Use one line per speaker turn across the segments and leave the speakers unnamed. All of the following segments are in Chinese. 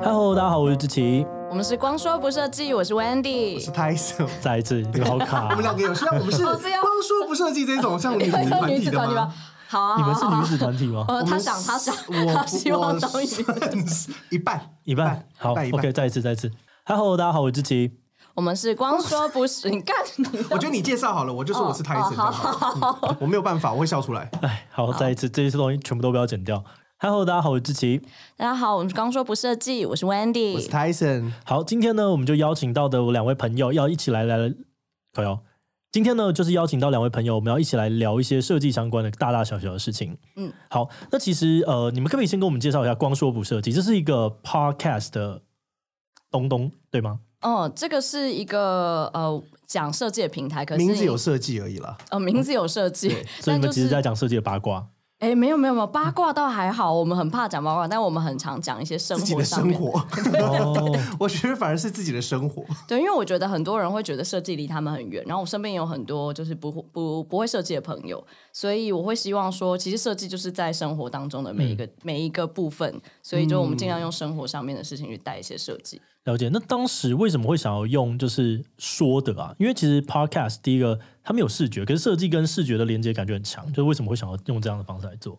Hello，大家好，我是志奇。
我们是光说不设计，我是 Wendy，
是 Tyson。
再一次，你好卡啊
我。们两个有像我们是
哦这样
光说不设计这种像女子
有
团
女
体
子
的
团体
吗
吗？？好啊，
你
好
们
啊
是女
好啊
子团体吗？
呃，
我
他
们
想，他想，
我
他希望当女子。
我算一半
一半。好
一半
，OK，。再一次，再一次。Hello，大家好，我是志奇。
我们是光说不是， 你干你的
我觉得你介绍好了，我就说
哦
我是 Tyson 就好。嗯我没有办法，我会笑出来。
哎，好，再一次，这些东西全部都不要剪掉。Hello，大家好，我是志奇。
大家好，我们是光说不设计，我是
我是
Wendy。
Tyson，
好，今天呢，我们就邀请到的我两位朋友要一起来来，朋友。今天呢，就是邀请到两位朋友，我们要一起来聊一些设计相关的大大小小的事情。嗯，好，那其实呃，你们可不可以先跟我们介绍一下“光说不设计”？这是一个 podcast 的东东，对吗？
哦，这个是一个呃讲设计的平台，可是
名字有设计而已啦。
呃名字有设计，
所以
但
你们
就
其实
是
在讲设计的八卦。
哎没有没有没有八卦倒还好，我们很怕讲八卦，但我们很常讲一些生
自己
活
的
上
生
面。
活，
哦，
我觉得反而是自己的生活。
对，因为我觉得很多人会觉得设计离他们很远，然后我身边有很多就是不不不会设计的朋友，所以我会希望说，其实设计就是在生活当中的每一
嗯
个、每一个部分，所以就我们尽量用生活上面的事情去带一些设计。
了解。那当时为什么会想要用就是说的啊？因为其实 podcast 第一个他们有视觉，可是设计跟视觉的连接感觉很强，就是为什么会想要用这样的方式来做？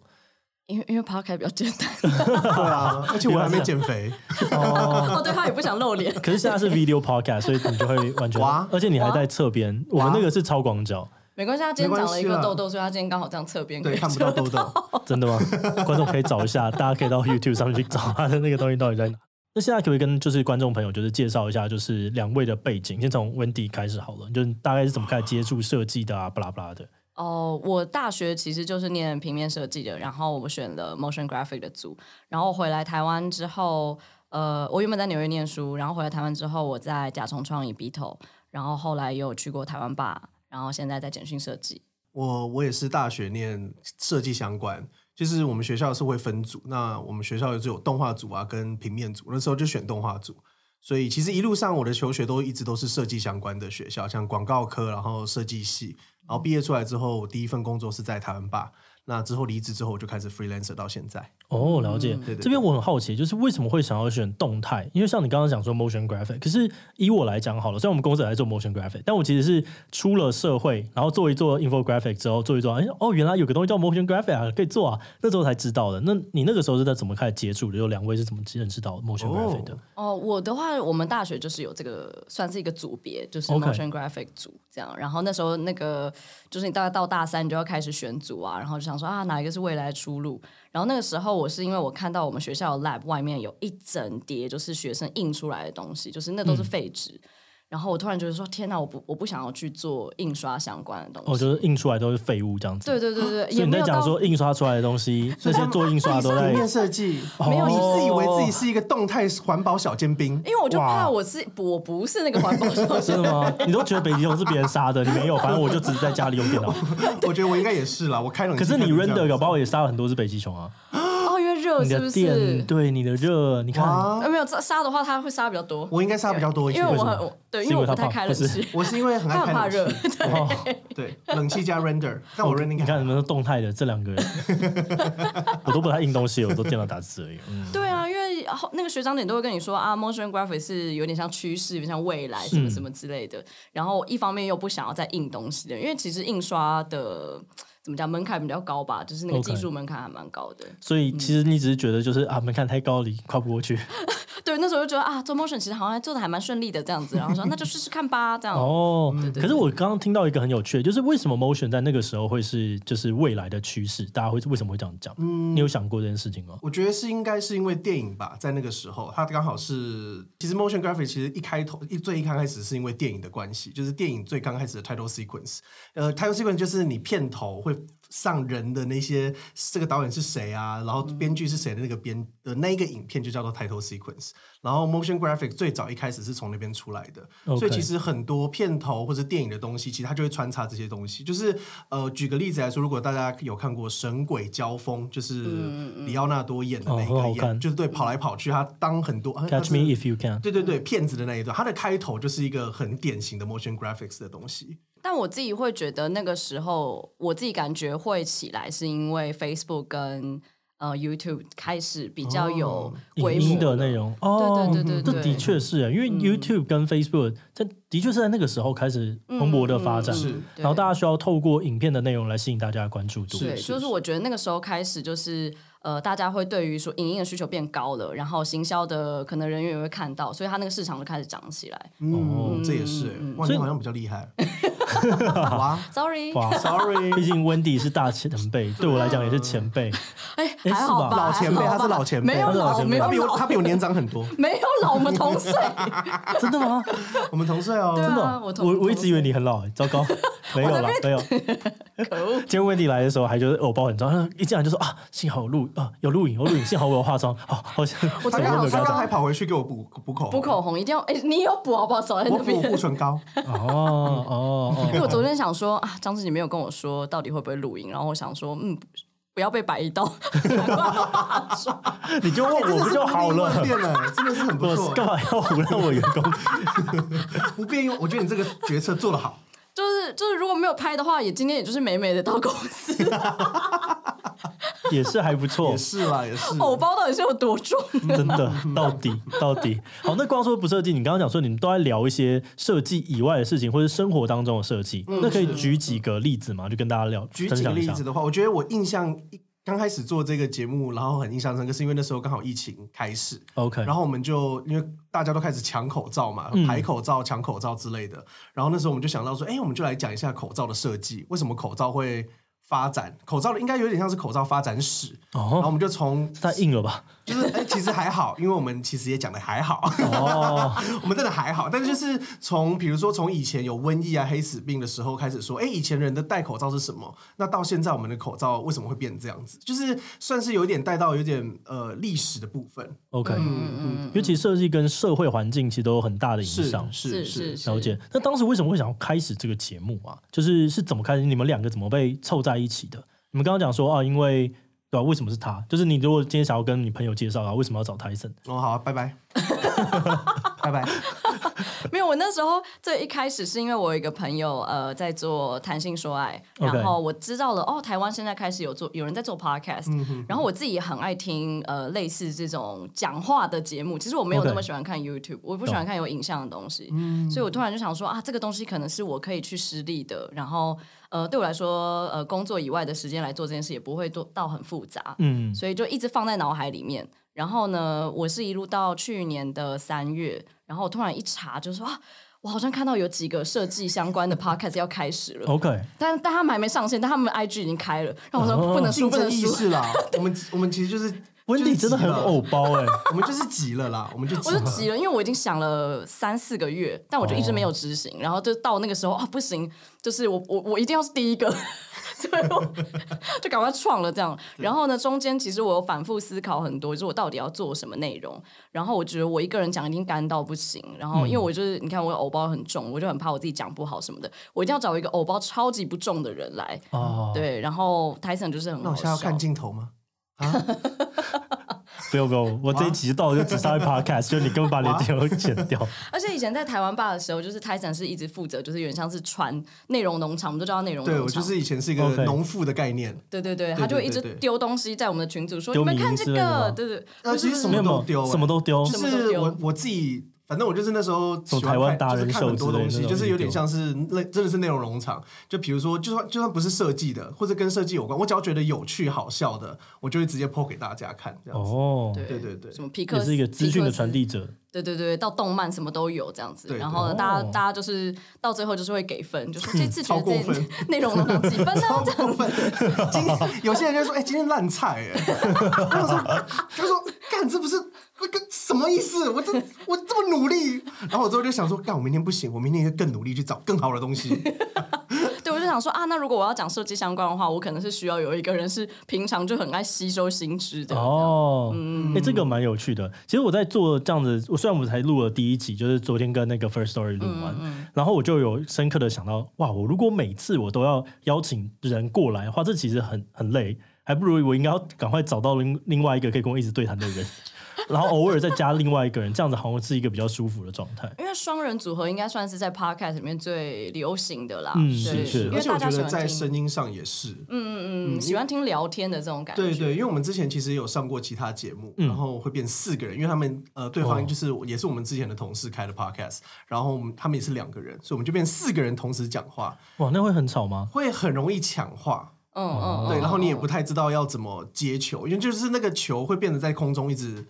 因为因为 podcast 比较简单，
对啊，而且我还没减肥。
哦，对他也不想露脸，
可是现在是 video podcast，所以你就会完全
哇，
而且你还在侧边，我们那个是超广角，
没关系，他今天
没
长
关
了
系
一个
啦
痘痘，所以他今天刚好这样侧边可
对，
以
看不到
遮
痘痘。
真的吗？ 观众可以找一下，大家可以到 YouTube 上面去找他的那个东西到底在哪。那现在可不可以跟就是观众朋友就是介绍一下，就是两位的背景？先从温迪开始好了，就是大概是怎么开始接触设计的啊，巴拉巴拉的。
哦，我大学其实就是念平面设计的，然后我选了 motion graphic 的组，然后回来台湾之后，呃，我原本在纽约念书，然后回来台湾之后，我在甲虫创意 B 头，然后后来也有去过台湾吧，然后现在在简讯设计。
我我也是大学念设计相关，就是我们学校是会分组，那我们学校就有动画组啊跟平面组，那时候就选动画组，所以其实一路上我的求学都一直都是设计相关的学校，像广告科，然后设计系，然后毕业出来之后，我第一份工作是在台湾吧，那之后离职之后我就开始 freelancer 到现在。
哦，了解。
嗯对对
这边我很好奇，就是为什么会想要选动态？因为像你刚刚讲说 motion graphic，可是以我来讲好了，虽然我们公司也在做 motion graphic，但我其实是出了社会，然后做一做 infographic 之后，做一做，哎，哦，原来有个东西叫 motion graphic 啊，可以做啊，那时候才知道的。那你那个时候是在怎么开始接触的？有两位是怎么认识到 motion
哦
graphic 的？
哦，我的话，我们大学就是有这个，算是一个组别，就是
OK
motion graphic 组这样。然后那时候那个就是你大概到大三，你就要开始选组啊，然后就想说啊，哪一个是未来出路？然后那个时候我是因为我看到我们学校的 lab 外面有一整叠就是学生印出来的东西，就是那都是废纸。
嗯
然后我突然觉得说，天哪，我不我不想要去做印刷相关的东
哦，
西。
就是印出来都是废物这样子。
对对对对，
所
也
以你
没
在
有
讲
到
说印刷出来的东 西，那些做印刷都在
平面设计，
没有
你
哦
自以为自己是一个动态环保小尖兵，
因为我就
哇
怕我是我不是那个环保小学
真的吗？你都觉得北极熊是别人杀的，你没有，反正我就只是在家里用电脑。
哎
我觉得我应该也是啦，我开冷
可
气
是
开
你
成哦 这样
render 搞不好也杀了很多只北极熊啊。
哦，因为热
你
是不
的
是？
电对你的热，你看，
哇
呃，没有杀杀的话，它会杀比较多。
我应该杀比较多一些
因为
为
我
什么
很我对，
是
因
因
为我
为
不
它
太
怕
开
不
冷
是
气，
我是因为很
他
爱
很
开
怕
冷气
热。
哦，
对，冷气加 render，但我 render
你看你们是动态的这两个 人，我都不太印东西，我都电脑打字而已。嗯，
对啊，因为后那个学长点都会跟你说啊，motion graphic 是有点像趋势，有点像未来什
嗯
么什么之类的。然后一方面又不想要再印东西的，因为其实印刷的怎么讲门槛比较高吧，就是那个
OK
技术门槛还蛮高的。
所以其实你只是觉得就是啊，门槛太高，你跨不过
嗯
去。
对，那时候就觉得啊，做 motion 其实好像做的还蛮顺利的这样子，然后说那就试试看吧，这样。
哦，
对
可是我刚刚听到一个很有趣的，就是为什么 motion 在那个时候会是就是未来的趋势？大家会为什么会这样讲？
嗯
你有想过这件事情吗？
我觉得是应该是因为电影吧，在那个时候，它刚好是其实 motion graphic 其实一开头一最一刚开始是因为电影的关系，就是电影最刚开始的 title sequence，呃，title sequence 就是你片头会上人的那些这个导演是谁啊，然后
嗯
编剧是谁的那个编的那一个影片就叫做 title sequence，然后 motion graphic 最早一开始是从那边出来的
OK
所以其实很多片头或者电影的东西，其实它就会穿插这些东西。就是呃，举个例子来说，如果大家有看过《神鬼交锋》，就是里奥纳多演的那
嗯哦很好
个演，
看
就是对跑来跑去，他当很多、啊、
Catch me if you can。
对对对，骗子的那一段，它的开头就是一个很典型的 motion graphics 的东西。
但我自己会觉得那个时候，我自己感觉会起来，是因为 Facebook 跟呃 YouTube 开始比较有规
哦影音
模
的
了
内容哦，
对对对对
这
对
的确是耶，啊因为 YouTube 跟 Facebook 这的确是在那个时候开始蓬勃的发展，
嗯嗯嗯是
对
然后大家需要透过影片的内容来吸引大家的关注度，
对，
是
就是是我觉得那个时候开始，就是呃，大家会对于说影音的需求变高了，然后行销的可能人员也会看到，所以它那个市场就开始涨起来。
哦
嗯，这也是
嗯，
哇，
所以
你好像比较厉害，哇
Sorry，
哇。
，sorry，
毕竟 Wendy 是大前辈，对我来讲也是前辈，
哎，
哎
还
是
好
吧
吧，
老前辈
还好吧
他是老前辈
没有
他是老
老，
前辈
没有
他比我他
老，
比我年长很 多，
没有老，我们同岁。
真的吗？
我们同岁哦，
对啊
真的哦，
我同
我
同
一直以为你很老，哎糟糕，没有啦，没有。
可恶，
今天 Wendy 来的时候还就是偶包很重，她一进来就说啊，幸好有录啊有录影有录影，幸好我有化妆，好好像
我
他
昨天
刚
好
他
像
刚刚还跑回去给我补补口红，
补口红一定要，哎，你有补好不好？少在那
我补
边
护。唇膏，
哦哦
因为我
哦，
昨天想说啊，张志你没有跟我说到底会不会录音，然后我想说，嗯，不要被摆一道，难怪我怕抓
你 就问我不就好
真的
了？
是不变 了，真的是很不
我
错，
干嘛要胡乱我员工？
不变用。我觉得你这个决策做得好，
就是就是，如果没有拍的话，也今天也就是美美的到公 司。
也是还不错
也，是啦，也是。
偶包到底是有多重？
嗯
真的到底到底。好，那光说不设计，你刚刚讲说你们都在聊一些设计以外的事情，或者生活当中的设计，那可以举几个例子吗？就跟大家聊，
嗯举
分
几个
享一
例
下
子。的话，我觉得我印象一刚开始做这个节目，然后很印象深刻，是因为那时候刚好疫情开始，
OK，
然后我们就因为大家都开始抢口罩嘛，排口罩、抢口罩之类的。然后那时候我们就想到说，哎，我们就来讲一下口罩的设计，为什么口罩会发展？口罩的应该有点像是口罩发展史。然后我
哦，
们就从
太硬了 吧？
就是，哎，其实还好，因为我们其实也讲的还好。
哦，
我们真的还好，但是就是从比如说从以前有瘟疫啊、黑死病的时候开始说，哎，以前人的戴口罩是什么？那到现在我们的口罩为什么会变这样子？就是算是有点带到有点呃历史的部分，
OK，尤其设计跟社会环境其实都有很大的影
嗯是
响。
是是。
了解。那当时为什么会想要开始这个节目啊？就是是怎么开始？你们两个怎么被凑在一起的？你们刚刚讲说啊，因为对吧、为什么是他？就是你如果今天想要跟你朋友介绍啊，为什么要找 Tyson？
哦，好，拜拜，拜拜。
没有，我那时候最一开始是因为我有一个朋友呃在做谈性说爱，
OK
然后我知道了哦，台湾现在开始有做有人在做 podcast，、然
嗯
后我自己也很爱听呃类似这种讲话的节目。其实我没有
OK 嗯
那么喜欢看 YouTube，我不喜欢看有影像的东西，所以我突然就想说啊，这个东西可能是我可以去施力的，然后呃对我来说呃工作以外的时间来做这件事也不会多到很复杂，
嗯，
所以就一直放在脑海里面。然后呢，我是一路到去年的三月，然后我突然一查，就说啊，我好像看到有几个设计相关的 podcast 要开始了，
OK，
但但他们还没上线，但他们 IG 已经开了，然后我说不能输，
竞
不
争
能
意
输。
识啦，我们我们其实就是
温蒂真的很，
就是急了哦
偶包 哎、
我们就是急了啦，我们就急
我就
了。
急了，因为我已经想了三四个月，但我就一直没有执行。然后就到那个时候啊，不行，就是我我我一定要是第一个， 所以我就赶快创了这样。然后呢，中间其实我有反复思考很多，就是我到底要做什么内容。然后我觉得我一个人讲已经干到不行，然后因
嗯
为我就是、你看我偶包很重，我就很怕我自己讲不好什么的，我一定要找一个偶包超级不重的人来。
哦，
对，然后 Tyson 就是很
那
好
我现在要
笑
看。镜头吗？
不用不用，我这一集到了就只上一 podcast，就你根本把连接都剪掉。
而且以前在台湾吧的时候，就是 Tyson 是一直负责，就是有点像是传内容农场，我们都叫它内容农
对，
场。
我就是以前是一个
OK
农妇的概念，
对对对，
对
他就
对
一直
对对
丢东西在我们的群组说：“
丢
你
迷
们
因
看这
之类的吗
个，对对，
呃
不是
其实什
不
没
是
么
有
都
没
丢
有，
欸
什么都丢。
什
就
么都
是
丢
我我自己，反正我就是那时候喜欢
台湾
看
达人
就是看很
秀
多
之类
东
的
西，
那种
就是有
运
点
动
像是类真的是内容农场。就比如说，就算就算不是设计的，或者跟设计有关，我只要觉得有趣好笑的，我就会直接抛给大家看这样子。
哦，
对
对对对
什么皮克
也
斯
是一个资讯的传，递
皮克
者。
斯对对对，到动漫什么都有这样子。
对对
然后呢，
哦
大家大家就是到最后就是会给分，就说 这次觉
超
得
过
这
分
内容农场几分呢？ 这样
部分，今天有些人就说：“哎、今天烂菜。”哎， 我说，他说：“干，这不是这个什么意思？我这我这么努力。”然后我之后就想说：“干，我明天不行，我明天要更努力去找更好的东西。”
对，我就想说啊，那如果我要讲设计相关的话，我可能是需要有一个人是平常就很爱吸收新知的。
哦，哎、这个蛮有趣的。其实我在做这样子，我虽然我们才录了第一集，就是昨天跟那个 First Story 录完，然后我就有深刻的想到，哇，我如果每次我都要邀请人过来的话，这其实很很累，还不如我应该要赶快找到另另外一个可以跟我一直对谈的人。 然后偶尔再加另外一个人，这样子好像是一个比较舒服的状态。
因为双人组合应该算是在 podcast 里面最流行的啦，
嗯是
对
是
因
而
为
且我
大家
觉
喜
得
欢
在
听，
声音上也是，
嗯嗯，喜欢听聊天的这种感觉，嗯
对对，因为我们之前其实有上过其他节目，然后会变四个人，因为他们呃，对方就是、也是我们之前的同事开的 podcast，然后我们他们也是两个人，所以我们就变四个人同时讲话，
哇，那会很吵吗？
会很容易抢话。
嗯
哦
嗯，嗯
对，然后你也
嗯
不太知道要怎么接球，因为就是那个球会变得在空中一直，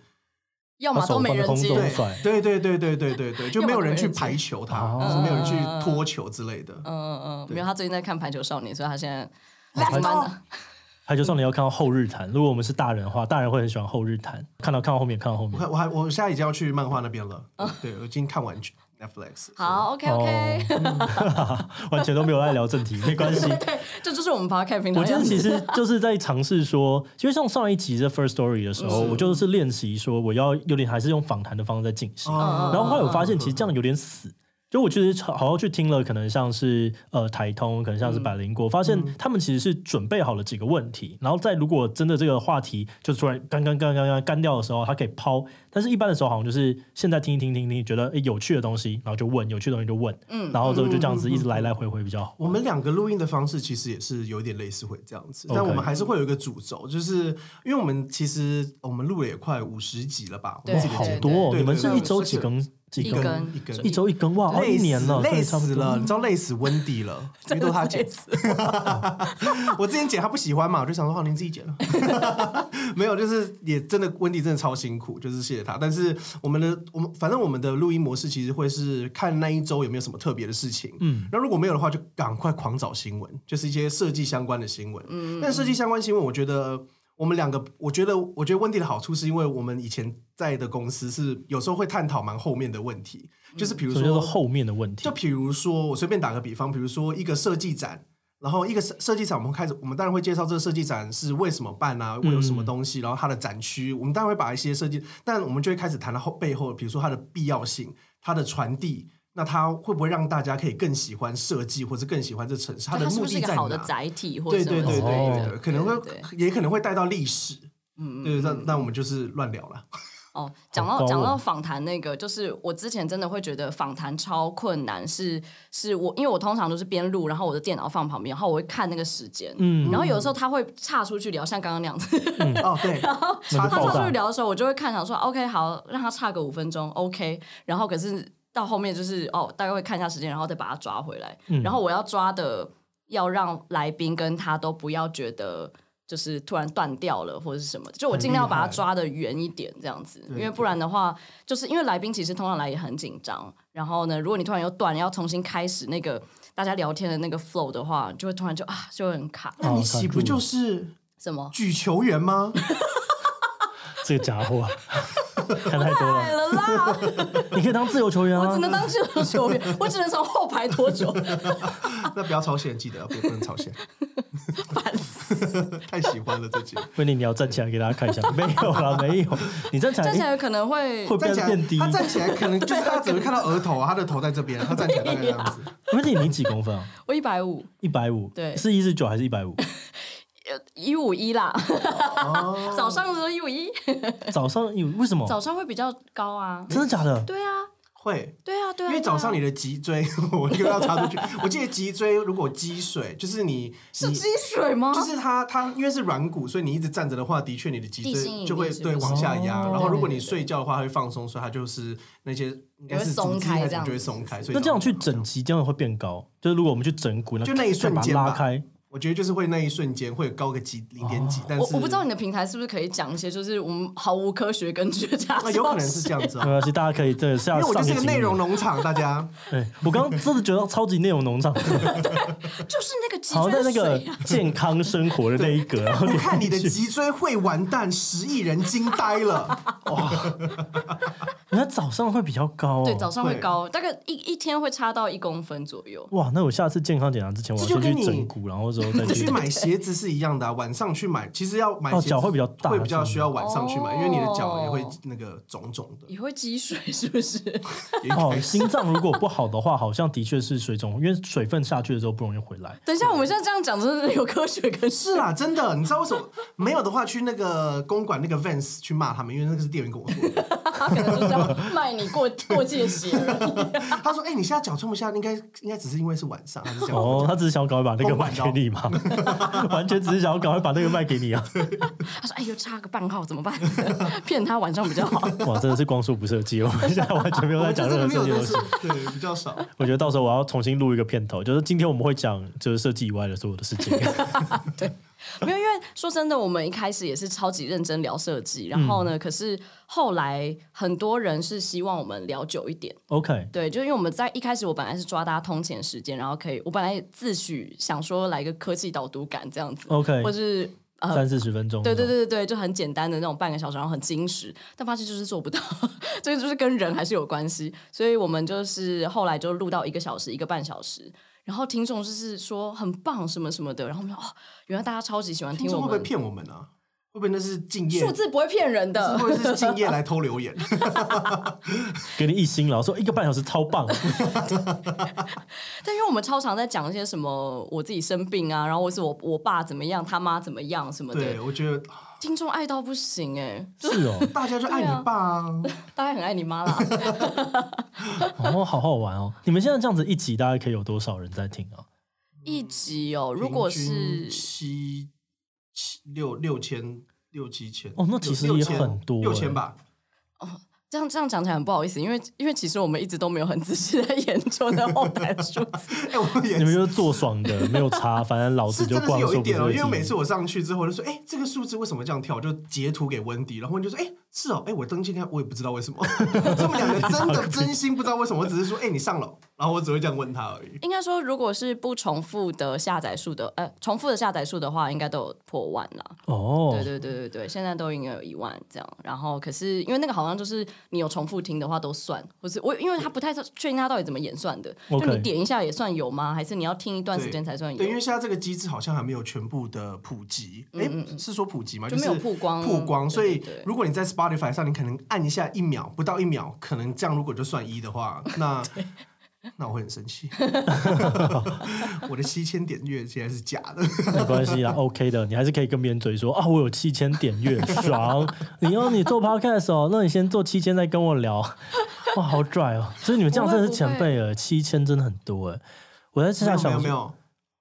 要
把
么
手
都没
放
人
空
接，
中
对
甩
对对对对对对对，就没有人去排球它，
要么
就是没有人去拖球之类的。
嗯嗯，没有，他最近在看《排球少年》，所以他现在
哦
慢慢的，
排球少年要看到后日谈，如果我们是大人的话，大人会很喜欢后日谈，看到看到后面，看到后
我
面。
看我还我现在已经要去漫画那边了，
嗯
对我已经看完 Netflix。
好，OK OK，
哦，完全都没有在聊正题，没关系。
这就是我们 podcast 频道
我
的
今
样
天
子。
其实就是在尝试说，其实像上一集这 first story 的时候，我就是练习说我要有点还是用访谈的方式在进行，
哦
然后后来我发现其实这样有点死。就我其实好好去听了，可能像是呃台通，可能像是百灵果，发现他们其实是准备好了几个问题，然后在如果真的这个话题就突然干干干干干干掉的时候，他可以抛。但是一般的时候好像就是现在听一听听一听，觉得诶有趣的东西，然后就问有趣的东西就问，嗯，然后之后就这样子一直来来回回比较好。
我们两个录音的方式其实也是有点类似，会这样子，但
OK
我们还是会有一个主轴，就是因为我们其实我们录了也快五十集了吧，我
对
们自己
好
的节目
多、哦，
对
你们
对
是
对
一周几更？几
一
更？
根
一根
一周一更哇，哦，
累
一
死
年了，对
累
差不
死
多
了，你知道累死温迪了， 因为都是他剪。 我之前剪他不喜欢嘛，我就想说，哦，您自己剪了。 没有，就是也真的温迪真的超辛苦，就是谢谢他。但是我们的我们反正我们的录音模式其实会是看那一周有没有什么特别的事情，嗯，那如果没有的话，就赶快狂找新闻，就是一些设计相关的新闻。嗯，但设计相关新闻，我觉得。我们两个，我觉得，我觉得温迪的好处是因为我们以前在的公司是有时候会探讨蛮后面的问题，就是比如
所
说
以叫做后面的问题
就。比如说，我随便打个比方，比如说一个设计展，然后一个设设计展，我们开始，我们当然会介绍这个设计展是为什么办
嗯
啊，会有什么东西，然后它的展区，我们当然会把一些设计，但我们就会开始谈到后背后，比如说它的必要性，它的传递。那它会不会让大家可以更喜欢设计，或者更喜欢这城市？它
就
的
它是
目
不是
的
一
在
个
哪？
好的载体，或者
对
什么
对对对
之类
对
的哦
对，可能会
对对对嗯
也可能会带到历史，对，那那我们就是乱聊 了。
哦，讲
好
到
高哦
讲到访谈那个，就是我之前真的会觉得访谈超困难，是是我因为我通常都是边录，然后我的电脑放旁边，然后我会看那个时间，
嗯
然后有的时候他会岔出去聊，像刚刚那样子，
哦，对，
那
插
就
他
爆
岔
炸
出去聊的时候，我就会看想说，OK，好，让他差个五分钟，OK。然后可是到后面就是哦，大概会看一下时间，然后再把他抓回来。
嗯
然后我要抓的，要让来宾跟他都不要觉得。就是突然断掉了或者是什么，就我尽量把
很
它
厉害
抓的远一点，这样子，因
对
为不然的话，就是因为来宾其实通常来也很紧张，然后呢，如果你突然又断，要重新开始那个大家聊天的那个 flow 的话，就会突然就啊，就会很卡。
哦
那你岂不就是
什么？
举球员吗？
这个家 伙啊 看太多
太
了，
了啦！
你可以当自由球员
我只能
啊。
嗯
当自由球员，我只能从后排拖 球，
哎那不要超限，记得不能超限，
烦死！
太喜欢了这集。
威尼，你要站起来给大家看一下， 没有啦，没有，你站起来
站起
诶
来可能会
会，不会
站起来
变低？
他站起来可能就是大家只会看到额头啊，他的头在这边，他站起来大概这样子。
啊
威尼，你几公分 啊？
我一百五，
一百五，
对
是一十九还是一百五？
一五一啦。 早上的时候一五一，
哦
早上有为什么？
早上会比较高啊。
真的假的？
对啊，
会，
对啊，对啊。
因为早上
对啊
你的脊椎， 我又要插出去。我记得脊椎如果积水，就是你
是
你
积水吗？
就是它它因为是软骨，所以你一直站着的话，的确你的脊
地心引
椎
力
就会
是不
对
是
往下压。
哦
然后如果你
对对对
睡觉的话，它会放松，所以它就是那些应
也
该是
会松
组织
开
还是
这样
就会
子
松开。所以
那这样去
早上
整脊这样会变高？就是如果我们去整骨，
就那一瞬间
把它
吧
拉开，
我觉得就是会那一瞬间会高个几零点
哦
几，但
我
是
我不知道你的平台是不是可以讲一些，就是我们毫无科学根据的假
啊，
设。
有可能是这样子
没
啊。
关系，大家可以这
因
下
为我
呃上
就是
一
个
集
内容。农场，大 家
对，我刚刚真的觉得超级内容农 场。
就是那个脊
好像在
椎
那个
水啊。
健康生活的那一 格，然后
不 看你的脊椎会完蛋，十亿人惊呆了。
人家早上会比较高哦。
对，早上会
对
高，大概一一天会差到一公分左右。
哇，那我下次健康检查之前，我要
这就
先
跟
去
你
整骨，然后之后再
去买鞋子是一样的、啊，晚上去买，其实要买
哦
鞋子
脚会比较大
会比较需要晚上去买，因为你的脚也会
哦
那个肿肿的。
也会积水是不是？
也应
哦，
该是
心脏如果不好的话，好像的确是水肿，因为水分下去的时候不容易回来。
等一下，我们现在这样讲真的有科学跟
是啊啦，真的，你知道为什么没有的话去那个公馆那个 Vans 去骂他们，因为那个是店员跟我说的。
他可能就是要卖你过过界鞋了。
他说：“哎、你现在脚撑不下，应该应该只是因为是晚上，他是这样。”
哦，他只是想要赶快把那个
公
卖
馆
给你嘛， 完全只是想要赶快把那个卖给你 啊！
他说：“哎呦，差个半号怎么办？ 骗他晚上比较好。
哇，真的是光速不射击，我们 现在完全没有在
我们就
讲
真
任
的
何
没
设计
有认
游
识
戏。，
对，比较少。
我觉得到时候我要重新录一个片头，就是今天我们会讲就是设计以外的所有的事情。
没有，因为说真的，我们一开始也是超级认真聊设计，然后呢，可是后来很多人是希望我们聊久一点。
OK，
对，就因为我们在一开始，我本来是抓大家通勤时间，然后可以，我本来自诩想说来个科技导读感这样子
OK
或是呃。
三四十分钟。
对对。对对对，就很简单的那种半个小时，然后很精实，但发现就是做不到， 这个就是跟人还是有关系。所以我们就是后来就录到一个小时、一个半小时，然后听众就是说很棒什么什么的，然后我们说哦，原来大家超级喜欢听
听众
我
会不会
们，
骗我们啊？会不会那是敬业？
数字不会骗人
会
的
不。会是敬业来偷留言？
给你一星，然后说一个半小时超 棒，
但因为我们超常在讲一些什么我自己生病啊，然后或是我我爸怎么样，他妈怎么样什么的，
对，我觉得
听众爱到不行哎、
是哦，
大家就爱
对啊
你爸啊。
大家很爱你妈 啦。
哦，好好玩哦！你们现在这样子一集大概可以有多少人在听啊？
一集哦，如果
平均
是
七七六六千六七千，
哦那其实
六
也
千
很多
六
欸
千吧。
这样，这样讲起来很不好意思，因为因为其实我们一直都没有很仔细的 研究那后台的数字，
哎，我也
你们
是
就是做爽的，没有差，反正老子
是
就
真的
逛
是有
说
一
不
点哦，因为
是
每次我上去之后我就说，哎，这个数字为什么这样跳？我就截图给温迪，然后温迪就说，哎，是哦，哎，我登进看，我也不知道为什么， 这么两个真的真心不知道为什么，我只是说，哎，你上楼，然后我只会这样问他而已。
应该说如果是不重复的下载数的，呃，重复的下载数的话，应该都有破万啦。
哦
对，对对对对，现在都应该有一万这样。然后可是因为那个好像就是你有重复听的话都算，或是我因为他不太确定他到底怎么演算的，就
OK
你点一下也算有吗？还是你要听一段时间才算有？
对，因为现在这个机制好像还没有全部的普及，哎、是说普及吗？
嗯就是没有曝光
曝光。所
对
以
对对
如果你在 Spotify 上，你可能按一下一秒，不到一秒，可能这样如果就算一的话， 那那我会很生气。我的七千点阅现在是假的，
没关系啦，OK 的，你还是可以跟别人嘴说啊，我有七千点阅，爽！你要你做 podcast 哦，那你先做七千再跟我聊，哇，好拽哦！所以你们这样真的是前辈了，七千真的很多哎。我在
没
下
有没有
想说，
没有。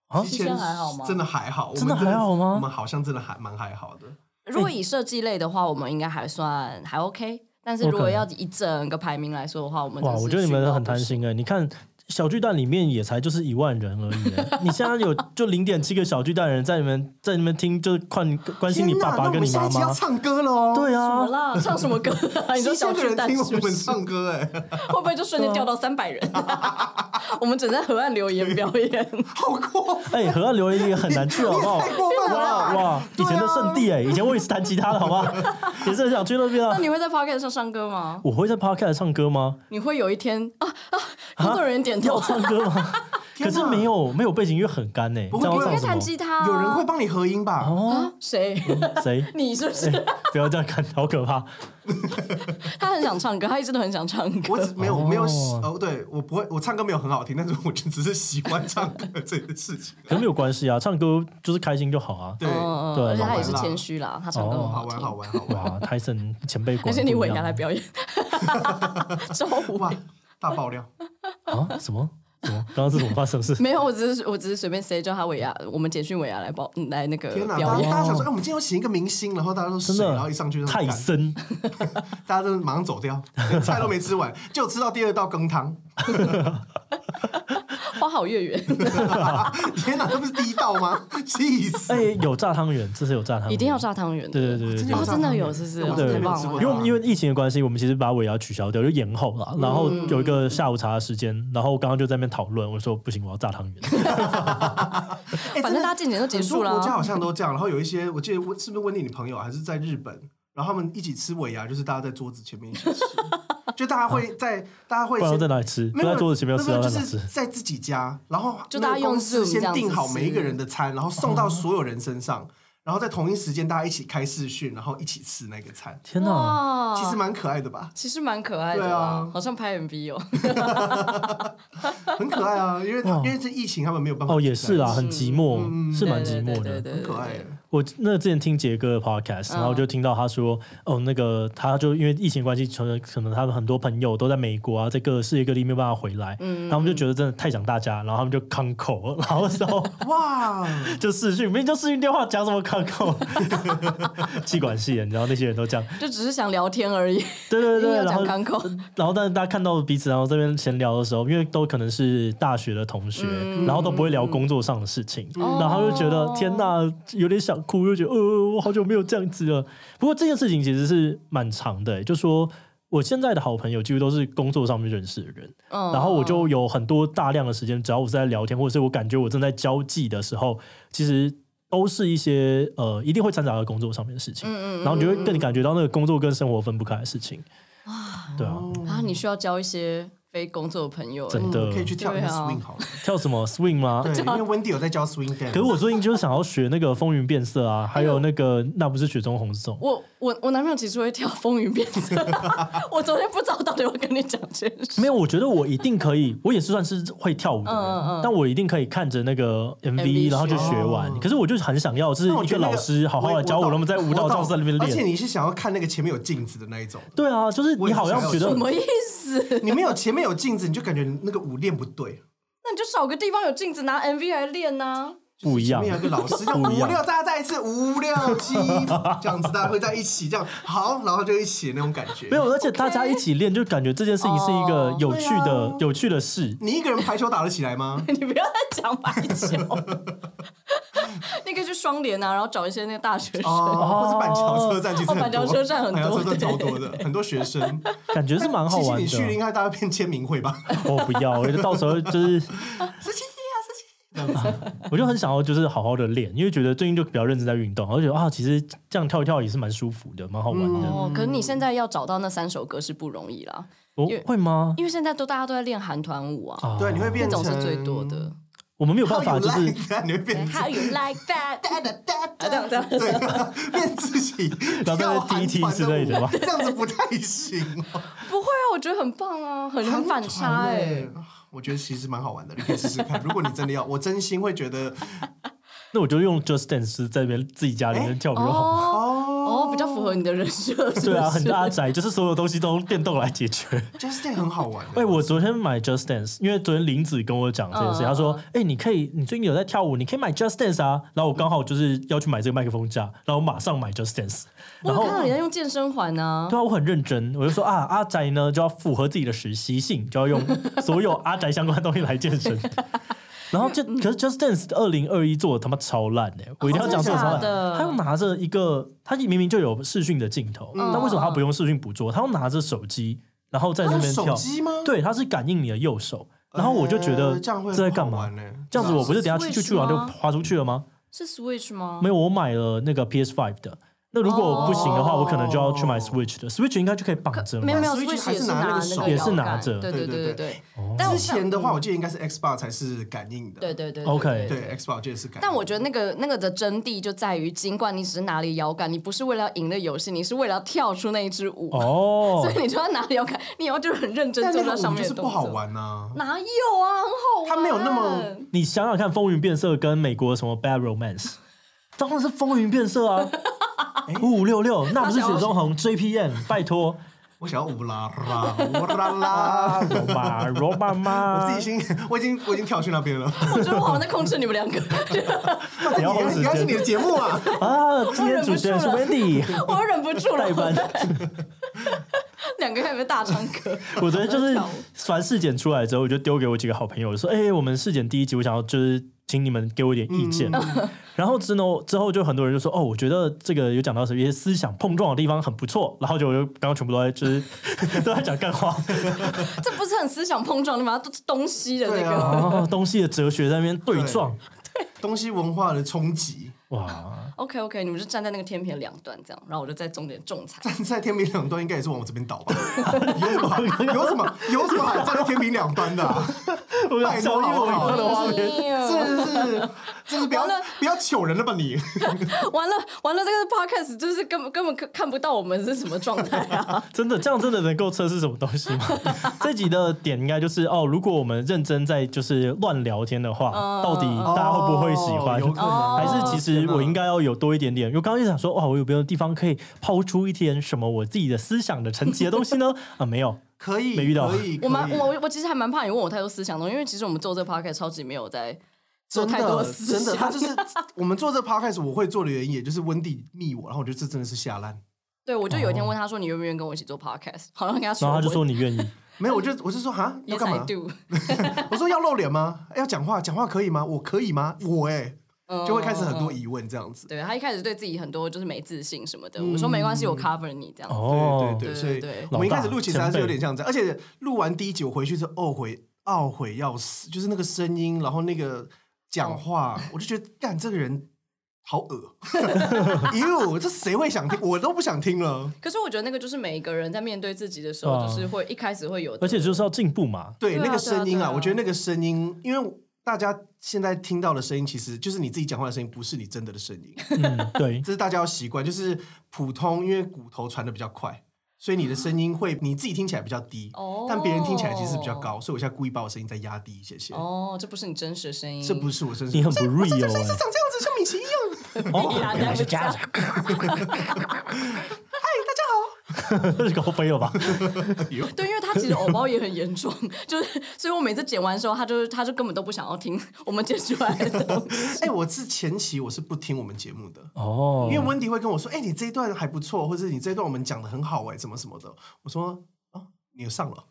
啊
七
7000还好吗
真的还好，我们
真的还好吗
我们好像真的还蛮还好的。
如
嗯
果以设计类的话，我们应该还算还 OK。但是
OK
如果要以整个排名来说的话，我们
哇，
真是
我觉得你
逊
们
到
很
不
贪
行。
心哎。你看小巨蛋里面也才就是一万人而已欸，你现在有就零点七个小巨蛋人在你们在你们听，就是关关心你
天哪
爸爸
那我
跟
们
你
下
妈
一集要
妈。
唱歌喽！，
对
怎么
啊，
啦？唱什么歌 啊？你说
七
小
千个
巨
人
蛋
听
是
我
不
们
是？
唱歌，哎，
会不会就瞬
啊
间掉到三百人？ 我们整在河岸留言表演，
好过分，
哎，河岸留言也很难去，好不好？
太过分 了
哇
吧！
哇，以
对啊
前的圣地哎、以前我也是弹吉他的，好吧，也是很想去那边
那
啊。
你会在 p o c k e t 上唱歌吗？
我会在 podcast 唱歌吗？
你会有一天啊啊！工作人员点
要
头，
唱歌吗？可
天哪
是没有没有背景音乐很干哎、
不
这
会
样
不
要
会
唱
你会弹
什么？
吉他啊？
有人会帮你合音吧？
哦，
谁？
谁？
你是不是？
不要这样看，好可怕！
他很想唱歌，他一直都很想唱歌
我。只没有我没有喜
哦
哦，对我不会，我唱歌没有很好听，但是我就只是喜欢唱歌这件事情。
可是没有关系啊，唱歌就是开心就好啊。
对，好
嗯，
对
而且他也是
好玩啦
谦虚啦，他唱歌很
哦
好
玩
听。
好玩好玩，
哇，泰森前辈果
而
然
且
不一
你
样
尾牙来 表演， 超无
哇
聊。，
大爆料！
呃
啊？什么？什么？刚刚是怎么发生的 事？
没有，我只是我只是随便 say 叫他尾牙，我们简讯尾牙来报嗯来那个
天哪，大
表哦
家
演。
大家想说，哎，我们今天要请一个明星，然后大家说
真
谁？
的
然啊后一上去就
泰
干
森，
大家都马上走 掉，连菜都没吃完，就吃到第二道羹汤。
花好月圆，
天哪，这不是第一道吗？气死！
哎、有炸汤圆，这是有炸汤圆，
一定要。炸汤圆的。
对对对对对，
哦，真的有，是不是？
我从
对
来
太
没有
棒
吃过
了。
因为我
啊
们因为疫情的关系，我们其实把尾牙取消掉，就延后
嗯
了。然后有一个下午茶的时间，然后刚刚就在那边讨论，我说不行，我要炸汤 圆。
哎
反正大家健检都结
很
束
多
了
国家
啊。
好像都这样，然后有一些，我记得温是不是温蒂你朋友啊还是在日本，然后他们一起吃尾牙，就是大家在桌子前面一起 吃，就大家会在大家会
不然要
先
在哪里吃？不
没有
在桌子前面要吃，
没有
要
就
在哪
是
吃？
在自己家，然后
就大家
那个公司
用 Zoom 这
先
样子哦
定好
吃
每一个人的餐，然后送到所有人身上，然后在同一时间大家一起开视讯，然后一起吃那个餐，
天哪！
哇，
其实蛮可爱的吧，
其实蛮可爱的
对
啊
啊，
好像拍 MV 哦。
很可爱 啊，因为他因为这疫情他们没有办法
哦，
聚在
也
一起
是啦，很寂寞，
嗯
是蛮寂寞
对
的。
对对对对
很可爱
对对
耶，
我那之前听杰哥的 podcast，
嗯
然后就听到他说，哦，那个他就因为疫情关系，可能可能他们很多朋友都在美国啊，在各个世界各地没有办法回来，
嗯
然后他们就觉得真的太想大家，然后他们就康口，然后之 后
哇，
就视讯，明明就视讯电话，讲什么康口？ 气管系的，你知道那些人都这样，
就只是想聊天而已，
对对
硬
对，
要
然
讲
后嗯
港口，
然后，但是大家看到彼此，然后这边闲聊的时候，因为都可能是大学的同学，然后都不会聊工作上的事情，然后就觉得
哦
天哪，有点想哭，就觉得呃，我好久没有这样子了。不过这件事情其实是蛮长的、欸就说我现在的好朋友几乎都是工作上面认识的人，
嗯
然后我就有很多大量的时间，只要我是在聊天，或者是我感觉我正在交际的时候，其实。都是一些呃，一定会掺杂到工作上面的事情，然后你就会更感觉到那个工作跟生活分不开的事情。对啊，
啊，你需要交一些非工作的朋友，
真的
嗯可以去跳一下
对啊
swing 好了，
跳什么 swing 吗？
对，哎因为 Wendy 有在教 swing
可是
dance，
我最近就是想要学那个风云变色啊，还有那个那不是雪中红这种。
我我我男朋友其实会跳风云变色， 我昨天不知道到底我跟你讲这件事。
没有，我觉得我一定可以，我也是算是会跳舞的
嗯
人，但我一定可以看着那个 MV，
MV
然后就学完。
学
可是我就是很想要，就是
那我
一
觉
个
得
老
那个
师好好
我
的教我，能不能在舞蹈教室那边
而且
练。
你是想要看那个前面有镜子的那一种，
对啊，就是你
我也是
好像
想要
觉
什
得
么意思？
你没有前面有镜子，你就感觉那个舞练不对，
那你就找个地方有镜子拿 MV 来练呐、
不一
前
样
面。有一个老师，叫
不一
五
样
六，大家再一次五六七，这样子大家会在一起，这样好，然后就一起那种感觉。
没有，，而且大家一起练，就感觉这件事情是一个
哦？
有趣的、
啊对啊
有趣的事。
你一个人排球打得起来吗
你不要再讲白 球，你可以去双联啊，然后找一些那个大学生。
哦，或是板桥车站其实很
哦
多，
板桥车站很 多
板桥车站超
对
多的，很多学生。
感觉是蛮好玩
你去
的
应，该大家变签名会 吧？
我哦不 要，我觉得到时候就是
十七啊，十七，这样子。
我就很想要就是好好的练，因为觉得最近就比较认真在运动，然后觉得啊，其实这样跳一跳也是蛮舒服的，蛮好玩的。
哦，可是你现在要找到那三首歌是不容易啦，
我
因为
哦会吗？
因为现在都大家都在练韩团舞啊，
啊，
对，你会
那
变成
种是最多 的。
我们没有办法，
How you
就是
like that，你会变成
How you like that？
哒哒哒
啊这样这样
对，变 自己，
然后在那
跳韩团
DT 之类的吧
舞这样子不太行。
不会啊，我觉得很棒啊，很很反差哎、
欸，我觉得其实蛮好玩的，你可以试试看。如果你真的要，我真心会觉得
那我就用 Just Dance 就是在那边自己家里面跳比较好。
哦
哦
哦，比较符合你的人设，是不是
对啊，很阿宅，就是所有东西都用电动来解 决。
，Just Dance 很好玩的。
哎，我昨天买 Just Dance，因为昨天林子跟我讲这件事，
嗯
他说：“哎，你可以，你最近有在跳舞，你可以买 Just Dance 啊。”然后我刚好就是要去买这个麦克风架，然后我马上买 Just Dance。
我
然
有
后
看到你在用健身环呢、
对啊，我很认真，我就说啊，阿宅呢就要符合自己的实习性，就要 用所有阿宅相关的东西来健身。然后
嗯
就可是 Just Dance 二零二一做的他妈超烂哎、
哦
我一定要讲说
真的
超
假
烂。
的
他又拿着一个，他明明就有视讯的镜头，
嗯
但为什么他不用视讯捕捉？他要拿着手机，然后在那
哦用
边
手
跳。
机吗？
对，他是感应你的右手，然后我就觉得
呃这样会
在干
很
嘛
好玩？欸
这样子我不是等下去
Switch
去去完就
吗
滑出去了吗？
是 Switch 吗？
没有，我买了那个 PS Five 的。那如果不行的话，
哦
我可能就要去买 Switch 的。Switch 应该就可以绑着了
没有没
吧。
有
Switch 还
也
是
是
拿那
拿
个
那
手
个
也是
摇
拿
杆
着
对
对
对
对
对但我
之前的话，我记得应该是 Xbox 才是感应的，
嗯对对对
OK
对对
对 Xbox 我记得是感应的。
但我觉得那个那个的真谛就在于，尽管你只是拿了摇杆，你不是为了要赢的游戏，你是为了要跳出那一支舞，
哦
所，以你就要拿摇杆，你要就是很认真
但
做
那
到
个
上
舞
面的
就是
动作。
不好，玩呐。
哪有啊？很好玩，
它没有那么
你想想看，《风云变色》跟美国什么《Bad Romance》，当然是《风云变色》 啊。五五六六，那不是雪中红 JPM，拜托，
我想要舞啦啦舞啦 啦，
罗巴罗巴妈，
我自己已经我已经我已经跳去那 边了。
我觉得我好像在控制你们两个，
不要花
你
时
你还是你
间
的节目啊？
啊！今天主持人是 Wendy，
我忍不住了
代。班。
两个在那边大唱 歌，
我觉得就是
哦
凡试检出来之后，我就丢给我几个好朋友，我说：“哎、我们试检第一集，我想要就是请你们给我一点意见。
嗯
然后之后之后就很多人就说：“哦，我觉得这个有讲到什么一些思想碰撞的地方很不错。”然后就我就刚刚全部都在就是 都在讲干话，
这不是很思想碰撞的吗？都是东西的那
对
个。
哦
啊
然后东西的哲学在那边对撞。
东西文化的冲击，
哇，
OK OK，你们就站在那个天平的两端这样，然后我就在中间仲裁。
站 在天平两端应该也是往我这边倒吧？ 有什么有什么有什么好站在天平两端 的、啊？
我
拜
想
托
因为
好
我
不好
看的画面，
面
这是这是不要不要糗人了吧你？
完了完了，这个 podcast 就是根本根本看看不到我们是什么状态啊！
真的这样真的能够测试什么东西 吗？这集的点应该就是哦，如果我们认真在就是乱聊天的话，
嗯
到底 大家会不会喜欢？
哦有 可能
还是其实我应该要有多一点点，因为我刚刚就想说，哇，我有没有地方可以抛出一点什么我自己的思想的沉积的东西呢？啊，没有，
可以
没遇到
可以
我蛮
可以
我我其实还蛮怕你问我太多思想的东西，因为其实我们做这个 podcast 超级没有在做
真
太多
的
思
真的，他
想
就。是我们做这 podcast 我会做的原因，也就是温蒂密我，然后我觉得这真的是下烂。
对，我就有一
哦
天问他说：“你愿不愿意跟我一起做 podcast？” 好像跟他说
然
我，
后他就说你愿意，
没有，我就我就说哈要
“Yes
干
I
嘛？
do”，
我说要露脸吗？哎要讲话？讲话可以吗？我可以吗？我哎、
嗯
就会开始很多
嗯嗯
疑问这样子。
对他一开始对自己很多就是没自信什么的，我说没关系，
嗯
我 cover 你这样 子。
哦，
对对对，
对
所
对
以
对
我们一开始录其实还
老大
是有点像这样，而且录完第一集我回去是懊悔，懊悔要死，就是那个声音，然后那个讲话，我就觉得干这个人好恶， 哟，这谁会想听？我都不想听了。
可是我觉得那个就是每一个人在面对自己的时候，
啊
哦
就是会一开始会有的，
而且就是要进步嘛，
对，
对啊
那个声音
对啊
啊，
对啊
我觉得那个声音，因为大家现在听到的声音，其实就是你自己讲话的声音，不是你真的的声音，
嗯， 对，
这是大家要习惯。就是普通，因为骨头传的比较快，所以你的声音会你自己听起来比较低，
哦
但别人听起来其实比较高，所以我现在故意把我声音再压低一些些。
哦，这不是你真实的声音，
这不是我身上，
你很
这
不
我这
real
这声音是
欸
长这样子，像 米奇一样。
哦，
原来是这样
这是高飞了吧？
对，因为他其实偶包也很严重，就是所以我每次剪完的时候，他就是他就根本都不想要听我们剪出来的东西。
哎，我是前期我是不听我们节目的，
哦，
因为温迪会跟我说：“哎、你这一段还不错，或者你这一段我们讲的很好、哎，怎么什么的。”我说：“啊，你有上 了，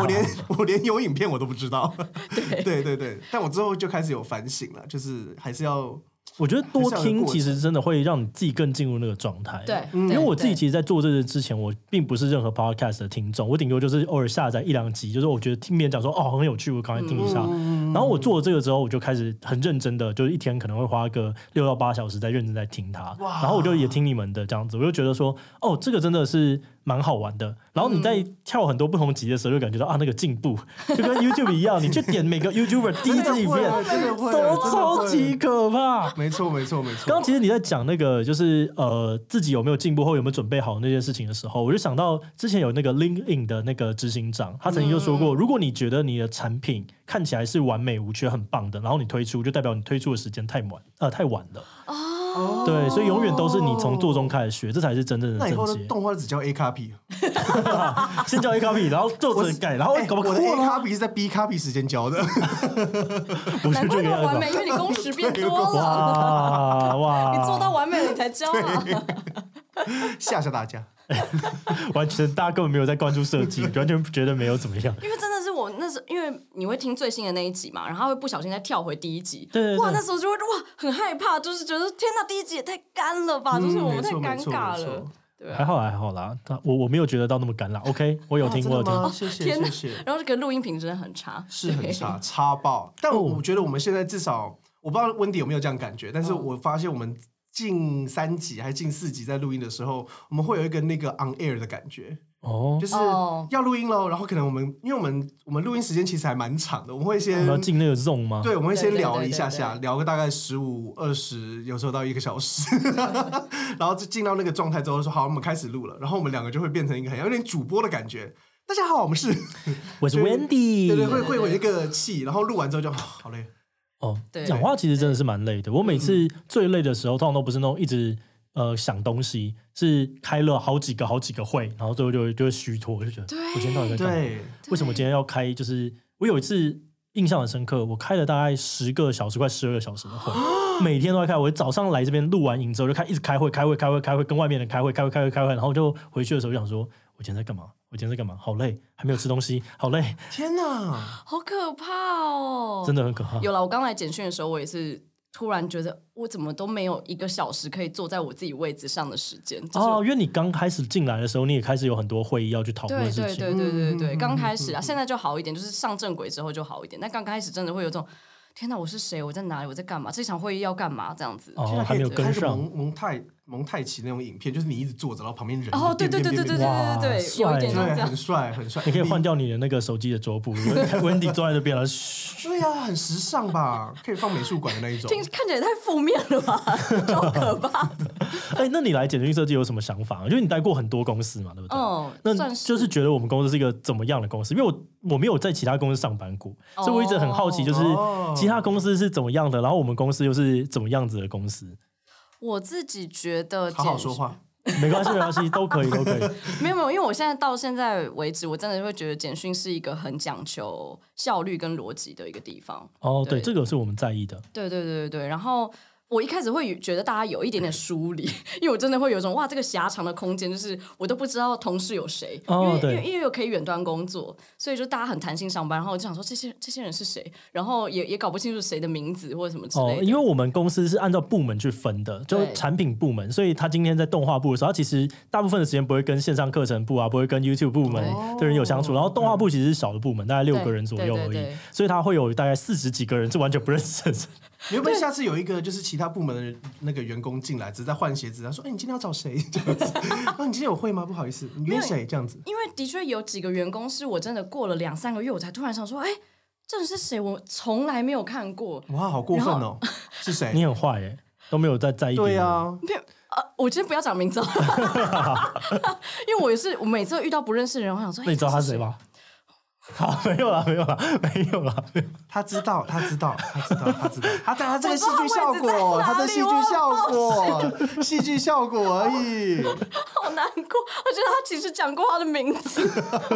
我连我连有影片我都不知道。对”对对对但我之后就开始有反省了，就是还是要
我觉得多
还是要有
听
过程
其实真的会让你自己更进入那个状态。
对
嗯因为
对
我自己
对
其实，在做这个之前，我并不是任何 podcast 的听众，我顶多就是偶尔下载一两集，就是我觉得听别人讲说哦很有趣，我赶快听一下。
嗯
然后我做了这个之后，我就开始很认真的，就是一天可能会花个六到八小时在认真在听它。
哇
然后我就也听你们的这样子，我就觉得说哦这个真的是蛮好玩的。然后你在
嗯
跳很多不同集的时候，就感觉到啊那个进步，就跟 YouTube 一样，你去点每个 YouTuber 第一支影
真
片
的会，真的会，
都
真的
超
会
级可怕。
没错没错没
刚
错
刚。其实你在讲那个就是呃自己有没有进步或有没有准备好那件事情的时候，我就想到之前有那个 LinkedIn 的那个执行长，他曾经就说过，如果你觉得你的产品看起来是完美无缺、很棒的，然后你推出，就代表你推出的时间太晚呃太晚了。
哦
对，所以永远都是你从做中开始学，这才是真正的
那以
正
后的
解。
动画只叫 A 卡比，
先教 A copy，然后作者改，然后
哎
搞不
我
搞
的 A 卡比是在 B 卡比时间教的，
不是
难
这个
怪那么
样
完
子
美，。因为你工时变多了，
哇哇！
你做到完美了你才教啊。
吓吓大家。
完全大家根本没有在关注设计，完全觉得没有怎么样。
因为真的是我那时，因为你会听最新的那一集嘛，然后会不小心再跳回第一集，
对对对
哇，那时候就会哇很害怕，就是觉得天哪，第一集也太干了吧，啊就是我
嗯没
们太尴
错没错
尬
没
了
错，
对啊
还。好啦还好啦，他我我没有觉得到那么干啦。OK，我有
啊
哦
听，
真
我有
的
听。
吗？谢谢
天
谢
哪
谢。
然后这个录音品质很差，
是很
对
差，差爆。但
哦
我我觉得我们现在至少，我不知道温迪有没有这样感觉，但是
嗯
我发现我们近三集还是近四集在录音的时候，我们会有一个那个 on air 的感觉，
哦，
就是
哦
要录音喽，然后可能我们因为我们我们录音时间其实还蛮长的，我们会
我
先
们要进那个 zone 吗？
对，我们会
对
先
对
聊
对
一
对
下
对
下，聊个大概十五、二十，有时候到一个小时， 然后就进到那个状态之后，说好，我们开始录了。然后我们两个就会变成一个很有点主播的感觉。大家好，我们是，
我是
对
Wendy。
对对，会会有一个气，然后录完之后就好累。
哦，
对
讲话其实真的是蛮累的。我每
嗯
次最累的时候，通常都不是那种一直呃想东西，是开了好几个好几个会，然后最后就会就会虚脱，就觉得
对
我今天到底在干嘛？
对，
为什么今天要开？就是我有一次印象很深刻，我开了大概十个小时，快十二个小时的会， 每天都在开。我早上来这边录完影之后，就开一直开会，开会，开会，开会，跟外面人开会，开会，开会，开会，然后就回去的时候就想说，我今天在干嘛？我今天在干嘛？好累，还没有吃东西，好累，
天哪！
好可怕哦！
真的很可怕。
有了，我刚来简讯的时候，我也是突然觉得，我怎么都没有一个小时可以坐在我自己位置上的时间。就是、
哦，因为你刚开始进来的时候，你也开始有很多会议要去讨论
对
的事
对
情。嗯
对对对对，刚开始啊，现在就好一点，就是上正轨之后就好一点。但刚开始真的会有这种，天哪，我是谁？我在哪里？我在干嘛？这场会议要干嘛？这样子。
哦，
现在
还
可
没有
以开
跟
始
上。
蒙蒙太蒙太奇那种影片，就是你一直坐着，然后旁边人
哦，对
变
对对
变
对对
变
对
变
哇
对对，有一点像
对，
这样
很。帅很帅，
你可以换掉你的那个手机的桌布，温迪坐在那边了。嘘
对呀、很时尚吧？可以放美术馆的那 一种。
听看起来也太负面了吧， 超可怕的。
哎，那你来简讯设计有什么想法？因为你待过很多公司嘛，对不对？
嗯，
那
算
就是觉得我们公司是一个怎么样的公司？因为我我没有在其他公司上班过，
哦
所以我一直很好奇，就是
哦
其他公司是怎么样的，然后我们公司又是怎么样子的公司？
我自己觉得，
好好说。话，
没关系，没关系，都可以，都可以。
没有没有，因为我现在到现在为止，我真的会觉得简讯是一个很讲求效率跟逻辑的一个地方。
哦，对，
对
这个是我们在意的。
对对对对对，然后。我一开始会觉得大家有一点点疏离， 因为我真的会有一种哇，这个狭长的空间，就是我都不知道同事有谁，
哦
因为因
对
为因为我可以远端工作，所以就大家很弹性上班。然后我就想说，这些这些人是谁，然后也也搞不清楚谁的名字或者什么之
哦
类，的。
因为我们公司是按照部门去分的，就
对
产品部门，所以他今天在动画部的时候，他其实大部分的时间不会跟线上课程部啊，不会跟 YouTube 部门的人有相处。然后动画部其实是小的部门，大概六个人左右而
哦对对对
已
对，
所以他会有大概四十几个人是完全不认识的。
你会不会下次有一个就是其他部门的人那个员工进来，只是在换鞋子，他说：“哎、你今天要找谁？”这样子，哦，你今天有会吗？不好意思，你约 谁？这样子，
因为的确有几个员工是我真的过了两三个月，我才突然想说，哎，这人是谁？我从来没有看过。
哇，好过分哦！是谁？
你很坏耶，都没有在 在意。
对呀、，啊，
没有呃，我今天不要讲名字哦，因为我也是，我每次遇到不认识的人，我想说，哎
那你知道他是谁
吧？
吗？好，没有啦，没有啦，没有啦。没有啦
他知道，他知道，他知道，他知道，他在他这个戏
我
剧
不知
效
道位
果，
置在哪里
他在戏剧效果，戏剧效果而已。
好难过，我觉得他其实讲过他的名字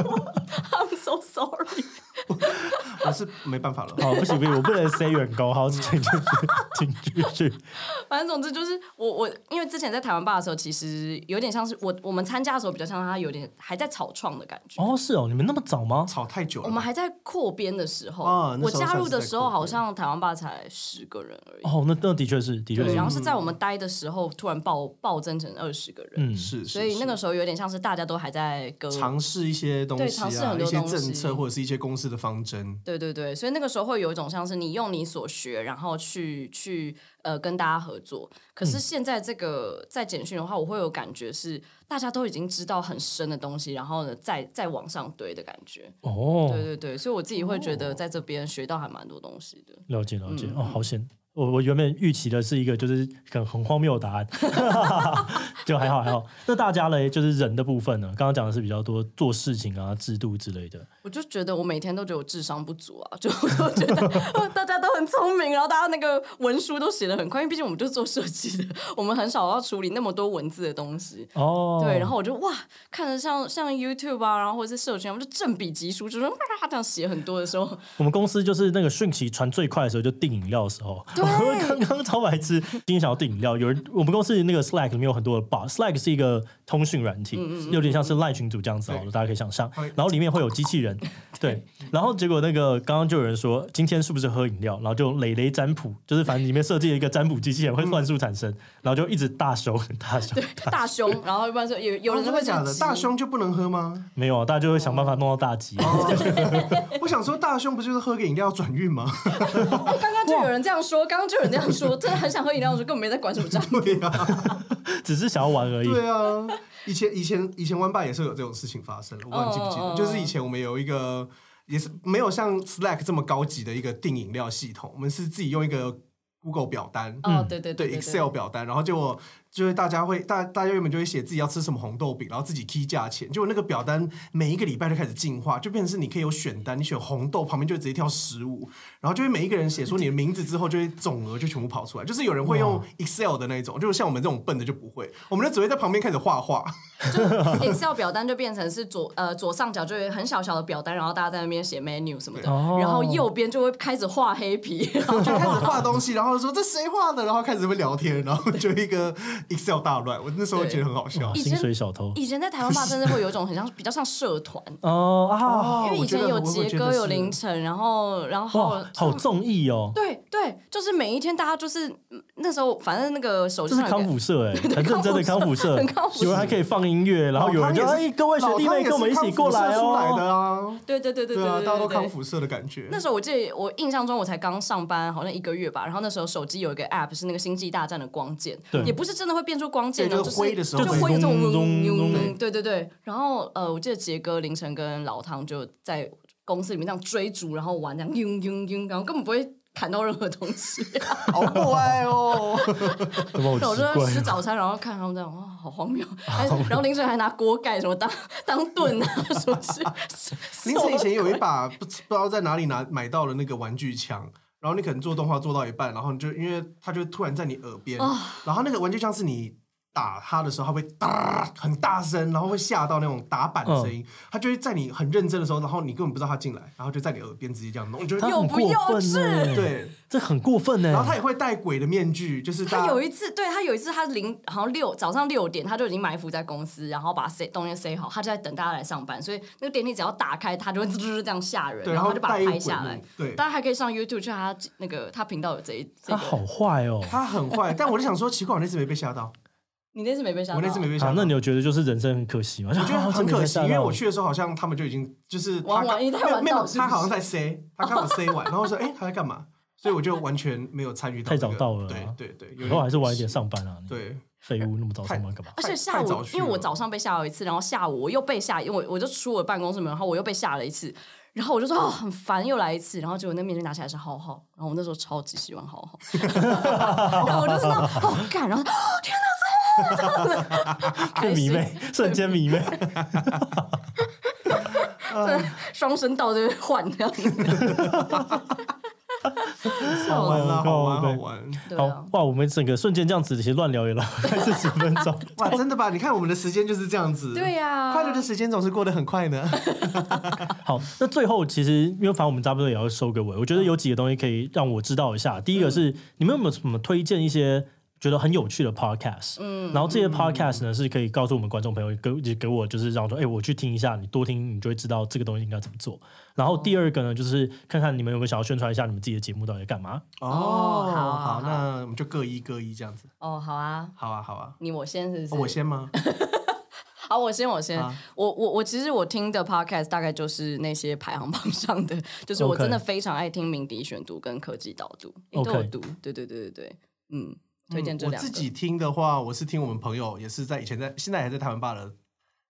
，I'm so sorry。
我是没办法了。
好，不行不行，我不能 say 远高。好，请继续，请继续。
反正总之就是我我，因为之前在台湾吧的时候，其实有点像是我我们参加的时候比较像他有点还在草创的感觉。
哦，是哦，你们那么早吗？
吵太久了吧，
我们还在扩编的时候，
哦那
我
时候
加入的时候
算是在扩编
好像台湾吧才十个人而已。
哦，那那的确是，的确
对，
是
然。后是在我们待的时候，突然暴暴增成二十个人，
嗯，
是，是
所以那个
是
时候有点像是大家都还在割
尝试一些东
对
西
尝试
啊，
很
一
多
些
东西
政策或者是一些公司的方针。
对对对，所以那个时候会有一种像是你用你所学，然后去去呃跟大家合作。可是现在这个、在简讯的话，我会有感觉是大家都已经知道很深的东西，然后呢再再往上堆的感觉。
哦，
对对对，所以我自己会觉得在这边学到还蛮多东西的。
了解了解，
嗯
哦，好险！我我原本预期的是一个就是很很荒谬的答案， 就还好还好。那大家嘞，就是人的部分呢，刚刚讲的是比较多做事情啊、制度之类的。
我就觉得我每天都觉得我智商不足啊，就 我都觉得大家都很聪明，然后大家那个文书都写的很快，因为毕竟我们就是做设计的，我们很少要处理那么多文字的东西。
哦，
对，然后我就哇，看着像像 YouTube 啊，然后或者是社群啊，我就正比疾书，就是啪这样写很多的时候，
我们公司就是那个讯息传最快的时候，就订饮料的时候。
对
刚刚超白痴，今天想要订饮料，有人我们公司那个 Slack 里面有很多的 bot，Slack 是一个通讯软
嗯
体，有点像是 Line 群组这样子好了，
对
大家可以想象
会。
然后里面会有机器人， 对。然后结果那个刚刚就有人说今天是不是喝饮料，然后就磊磊占卜，就是反正里面设计了一个占卜机器人会算数产
嗯
生，然后就一直大手大手。
大胸，然后一般说有有
哦
人
真
会
的
去
假的？
急
大，胸就不能喝吗？
没有，大家就会想办法弄到大吉。
哦 我想说，大胸不就是喝个饮料转运吗？
哎，刚刚就有人这样说，刚刚就有人这样说，真的很想喝饮料，我说根本没在管什么账。
对呀、
只是想要玩而已。
对啊，以前以前以前湾爸也是有这种事情发生，我不知道你记不记得
嗯嗯嗯
就是以前我们有一个也是没有像 Slack 这么高级的一个订饮料系统，我们是自己用一个 Google 表单。
哦，对对
嗯对
对
Excel 表单，然后结果就是大家会大大家原本就会写自己要吃什么红豆饼，然后自己 key 价钱，结果那个表单每一个礼拜就开始进化，就变成是你可以有选单，你选红豆旁边就直接跳十五，然后就会每一个人写出你的名字之后，就会总额就全部跑出来，就是有人会用 Excel 的那一种，就是像我们这种笨的就不会，我们就只会在旁边开始画 画，
就 Excel 表单就变成是左呃左上角就有很小小的表单，然后大家在那边写 menu 什么的，
哦
然后右边就会开始画黑皮，
就开始画东西，然后说这谁画的，然后开始会聊天，然后就一个 Excel 大乱，我那时候
对
觉得很好笑
哇，
以
啊薪
前
水小偷
以前在台湾吧，真的会有一种很像比较像社团，
哦啊，
哦
因为以
我觉
前
得
有
我
杰
我觉得
哥、有
是
凌晨，然后然后还有
哇，好综艺哦，
对对，就是每一天大家就是嗯那时候，反正那个手
这
机
是
上有
康
个
复社哎，很认真的康复社
很康，复社
有人还可以放音乐，然后有人就
老汤
哎，
也是
各位学弟
老汤
妹
也
跟我们一
是
起过
康
来
复社出来
哦。
的啊，
对对对对
啊，
对
大家都
对
康。复社的感觉。
那时候我记得我印象中我才刚上班，好像一个月吧。然后那时候手机有一个 app 是那个《星际大战》的光剑
对，
也不是真的会变出光剑
对
哦，
就是挥的时候
就
会
挥的这种
咚咚
嗡
咚
嗡，对对对。然后呃，我记得杰哥、凌晨跟老汤就在公司里面这样追逐，然后玩这样嗡嗡嗡，然后根本不会砍到任何东西。
好可爱 哦！
怎么我
然后
奇
我就在
怪
吃早餐，然后看他们这样，哇，好荒 谬！还然后凌晨还拿锅盖什么当当盾啊，什么 是？
凌晨以前有一把 不知不知道在哪里拿买到了那个玩具枪，然后你可能做动画做到一半，然后你就因为它就突然在你耳边，
啊
然后那个玩具枪是你打它的时候，它会哒很大声，然后会吓到那种打板的声音，
嗯
它就会在你很认真的时候，然后你根本不知道它进来，然后就在你耳边直接这样弄，你就
他
会
有
很
不
过
幼
分
稚
哎，
对，
这很过分
然后它
哎。
也会戴鬼的面具，就是大
他
家
有一次，对他有一次，他零好像六早上六点，他就已经埋伏在公司，然后把塞东西塞好，他就在等大家来上班，所以那个电梯只要打开，他就会 滋滋这样吓人，
对，
然
然
后
后
他就把
戴
它
一
拍
鬼
下
面
来。
对，
大家还可以上 YouTube 去他那个他频道有这一
他
这
啊
个，
好坏哦！
它 很坏，但我就想说，奇怪，我那次没被吓到，
你那次没被吓到，
我那次没被吓
啊
到，，
那你有觉得就是人生很可惜吗？我
我觉得很可惜，因为我去的时候好像他们就已经就是他
玩完一
没
台
有
玩
没有
到是不是
他好像在 C，他看我 C 完，然后我说哎他在干嘛，所以我就完全没有参与到
太
这个
早到了啊
对对对，
以
有
后
点
还是晚一点上班啊。你
对，
废物那么早上班干嘛？
而且
太
下
太
午
早，去
因为我
了
早上被吓了一次，然后下午我又被吓，因为我我就出我办公室门，然后我又被吓了一次，然后我就说哦很烦，又来一次，然后结果那面具拿起来是浩浩，然后我那时候超级喜欢浩浩， 然后我就是那种哦干，然后哦天哪，是浩浩，
被
这
迷
样
妹，瞬间迷妹。
双声道就换这样子，
好玩啦，好玩好
对
玩，
对啊
好。哇，我们整个瞬间这样子，其实乱聊 也聊快四十分钟。
哇真的吧？你看我们的时间就是这样子，
对啊呀、
快乐的时间总是过得很快呢。
好，那最后其实因为反正我们差不多也要收个尾，我觉得有几个东西可以让我知道一下。第一个是、你们有没有什么推荐一些觉得很有趣的 podcast？嗯，然后这些 podcast 呢是可以告诉我们观众朋友，给也给我就是让我说，哎、我去听一下，你多听你就会知道这个东西应该怎么做。然后第二个呢，就是看看你们有没有想要宣传一下你们自己的节目到底在干嘛。
哦好啊
好，
好
那我们就各一各一这样子，
哦，好啊，
好啊好啊，
你我先是不是？
哦我先吗？
好，我先，我先，
啊
我我我其实我听的 podcast 大概就是那些排行榜上的，就是我
OK
真的非常爱听鸣笛选读跟科技导读，也都有
OK
读，对对对对对，嗯，推荐
嗯
这两
我
个。
自己听的话，我是听我们朋友，也是在以前在现在还在台湾爸的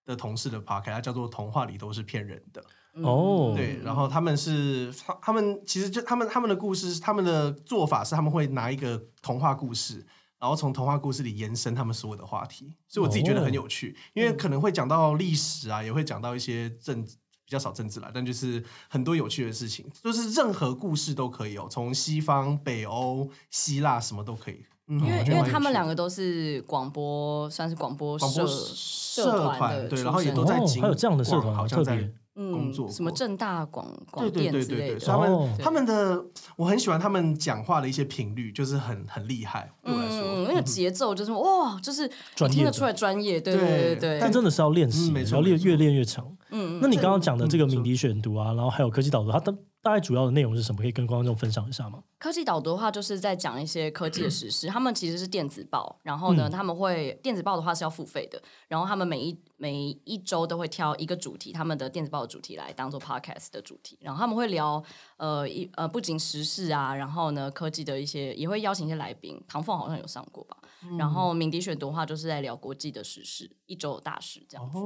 的同事的 podcast，它叫做《童话里都是骗人的》。
哦，
对，然后他们是他他们其实就他们他们的故事，他们的做法是他们会拿一个童话故事。然后从童话故事里延伸他们所有的话题，所以我自己觉得
哦
很有趣，因为可能会讲到历史啊，也会讲到一些政比较少政治啦，但就是很多有趣的事情，就是任何故事都可以哦，从西方、北欧、希腊什么都可以。嗯，
因为
哦
我
因
觉得蛮有
为
趣
他们
的
两个都是广播，算是广播
广
社
播社
团的
对，
出
然后也
身
都在
哦
景
还有这样的社
广
团
好
好
像
特
在
别
工
嗯，
作过
什么正大广广
对对
电
对
之类
对
的，
对，所以他
哦
们他们的我很喜欢他们讲话的一些频率，就是很很厉害，对我来
嗯，
说，
那个节奏就是哇，就是你
专业
听得
的
出来专业，对
对
对对
但
对，
真的是要练习，
嗯没错
要练
没错
越练越强。
嗯嗯，
那你刚刚讲的这个
嗯没错
鸣笛选读啊，然后还有科技导读，它大大概主要的内容是什么？可以跟观众分享一下吗？
科技导读的话，就是在讲一些科技的时事。他们其实是电子报，然后
嗯
呢，他们会电子报的话是要付费的，然后他们每一每一周都会挑一个主题，他们的电子报的主题来当做 podcast 的主题，然后他们会聊呃一呃不仅时事啊，然后呢科技的一些也会邀请一些来宾，唐凤好像有上过吧，
嗯
然后敏迪选读的话就是在聊国际的时事，一周有大事这样子。
哦，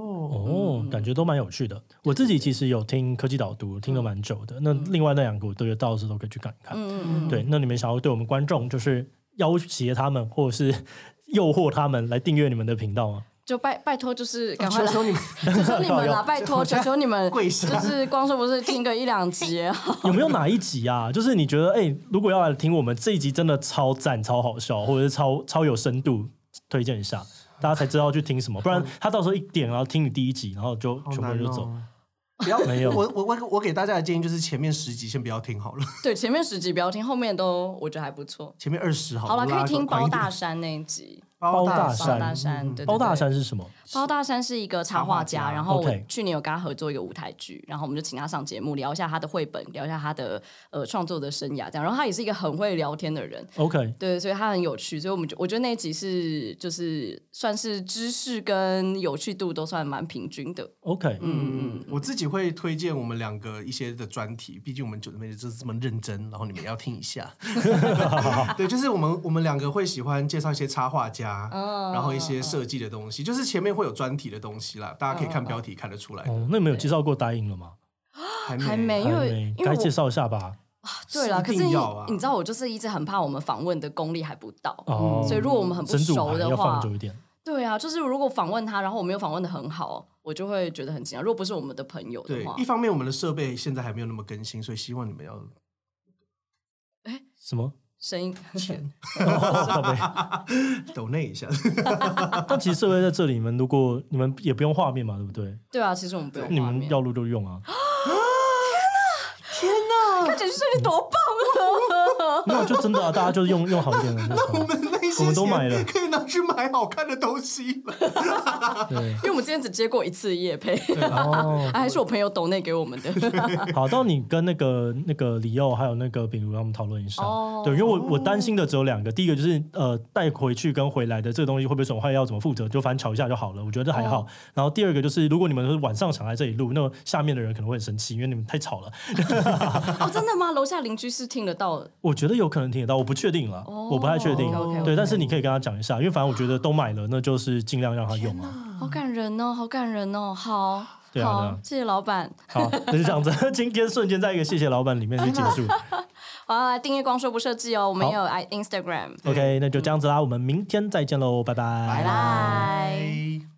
嗯
哦，感觉都蛮有趣的。我自己其实有听科技导读，听了蛮久的。那另外那两个我都觉得到时都可以去看一看。
嗯嗯嗯
对，那你们想要对我们观众就是要挟他们，或者是诱惑他们来订阅你们的频道 吗？
就拜拜托，就是赶快
哦求
来
求你们
求求你 们啦，拜托，求求你们，
跪
就
下
是光说不是听个一两集 也好。
有没有哪一集啊？就是你觉得，哎、如果要来听我们这一集，真的超赞、超好笑，或者是超超有深度，推荐一下，大家才知道去听什么。不然他到时候一点，然后听你第一集，然后就
好
全
难
部就走。
哦。不要，
没有
我我我我给大家的建议就是前面十集先不要听好了，
对，前面十集不要听，后面都我觉得还不错。
前面二十好
好了，
了，
可以听包大
大
山那一集，
包大
山
山
包大山，对对对
包大山是什么？
包大山是一个插画家，
插画家
然后我
OK
去年有跟他合作一个舞台剧，然后我们就请他上节目聊一下他的绘本，聊一下他的呃创作的生涯这样。然后他也是一个很会聊天的人，
OK，
对，所以他很有趣，所以我们就我觉得那一集是就是算是知识跟有趣度都算蛮平均的。
OK，
嗯嗯，
我自己会推荐我们两个一些的专题，毕竟我们准备就是这么认真，然后你们也要听 一下。对，就是我们我们两个会喜欢介绍一些插画家，然后一些设计的东西，就是前面会有专题的东西啦，大家可以看标题看得出来。
哦，那你们有介绍过答应了吗？
还
还没，因
还
为
没，
因为
该
我
介绍一下吧。
对啦，可
是一
是
定
你
要啊
你知道，我就是一直很怕我们访问的功力还不到，
哦，
所以如果我们很不
神主
熟
牌要
的
放
话，
久一点。
对啊，就是如果访问他，然后我没有访问的很好，我就会觉得很紧张。如果不是我们的朋友的
对
话，，
一方面我们的设备现在还没有那么更新，所以希望你们要
什 么？
声音
抖内一下。
但其实设备在这里，你们如果你们也不用画面嘛，对不对？
对啊，其实我们不用
你
画
们
面，
要录就用啊。
啊看起来就是你多棒啊！
那就真的啊，大家就用用好一点的。那
我
种。
们那些
我们都买
钱
了
可以拿去买好看的东西了。
对，
因为我们今天只接过一次夜配，
哦，
还是我朋友抖内给我们的。
好，到你跟那个那个李佑还有那个秉如他们讨论一下。
哦
对，因为我我担心的只有两个，第一个就是呃带回去跟回来的这个东西会不会损坏，要怎么负责，就反正吵一下就好了，我觉得还好。
哦
然后第二个就是，如果你们是晚上想来这里录，那么下面的人可能会很生气，因为你们太吵了。
哦，真的吗？楼下邻居是听得到的，
我觉得有可能听得到，我不确定了，
哦
我不太确定。
OK，OK，OK
对，但是你可以跟他讲一下，因为反正我觉得都买了，那就是尽量让他用 啊。
好感人哦，好感人哦，好。
对啊对
好
啊，
谢谢老板。
好，那就这样子， 今天瞬间在一个谢谢老板里面就结 束。
好，来订阅“光说不设计”哦，我们也有 i Instagram。
OK，那就这样子啦，我们明天再见喽，拜
拜拜。
拜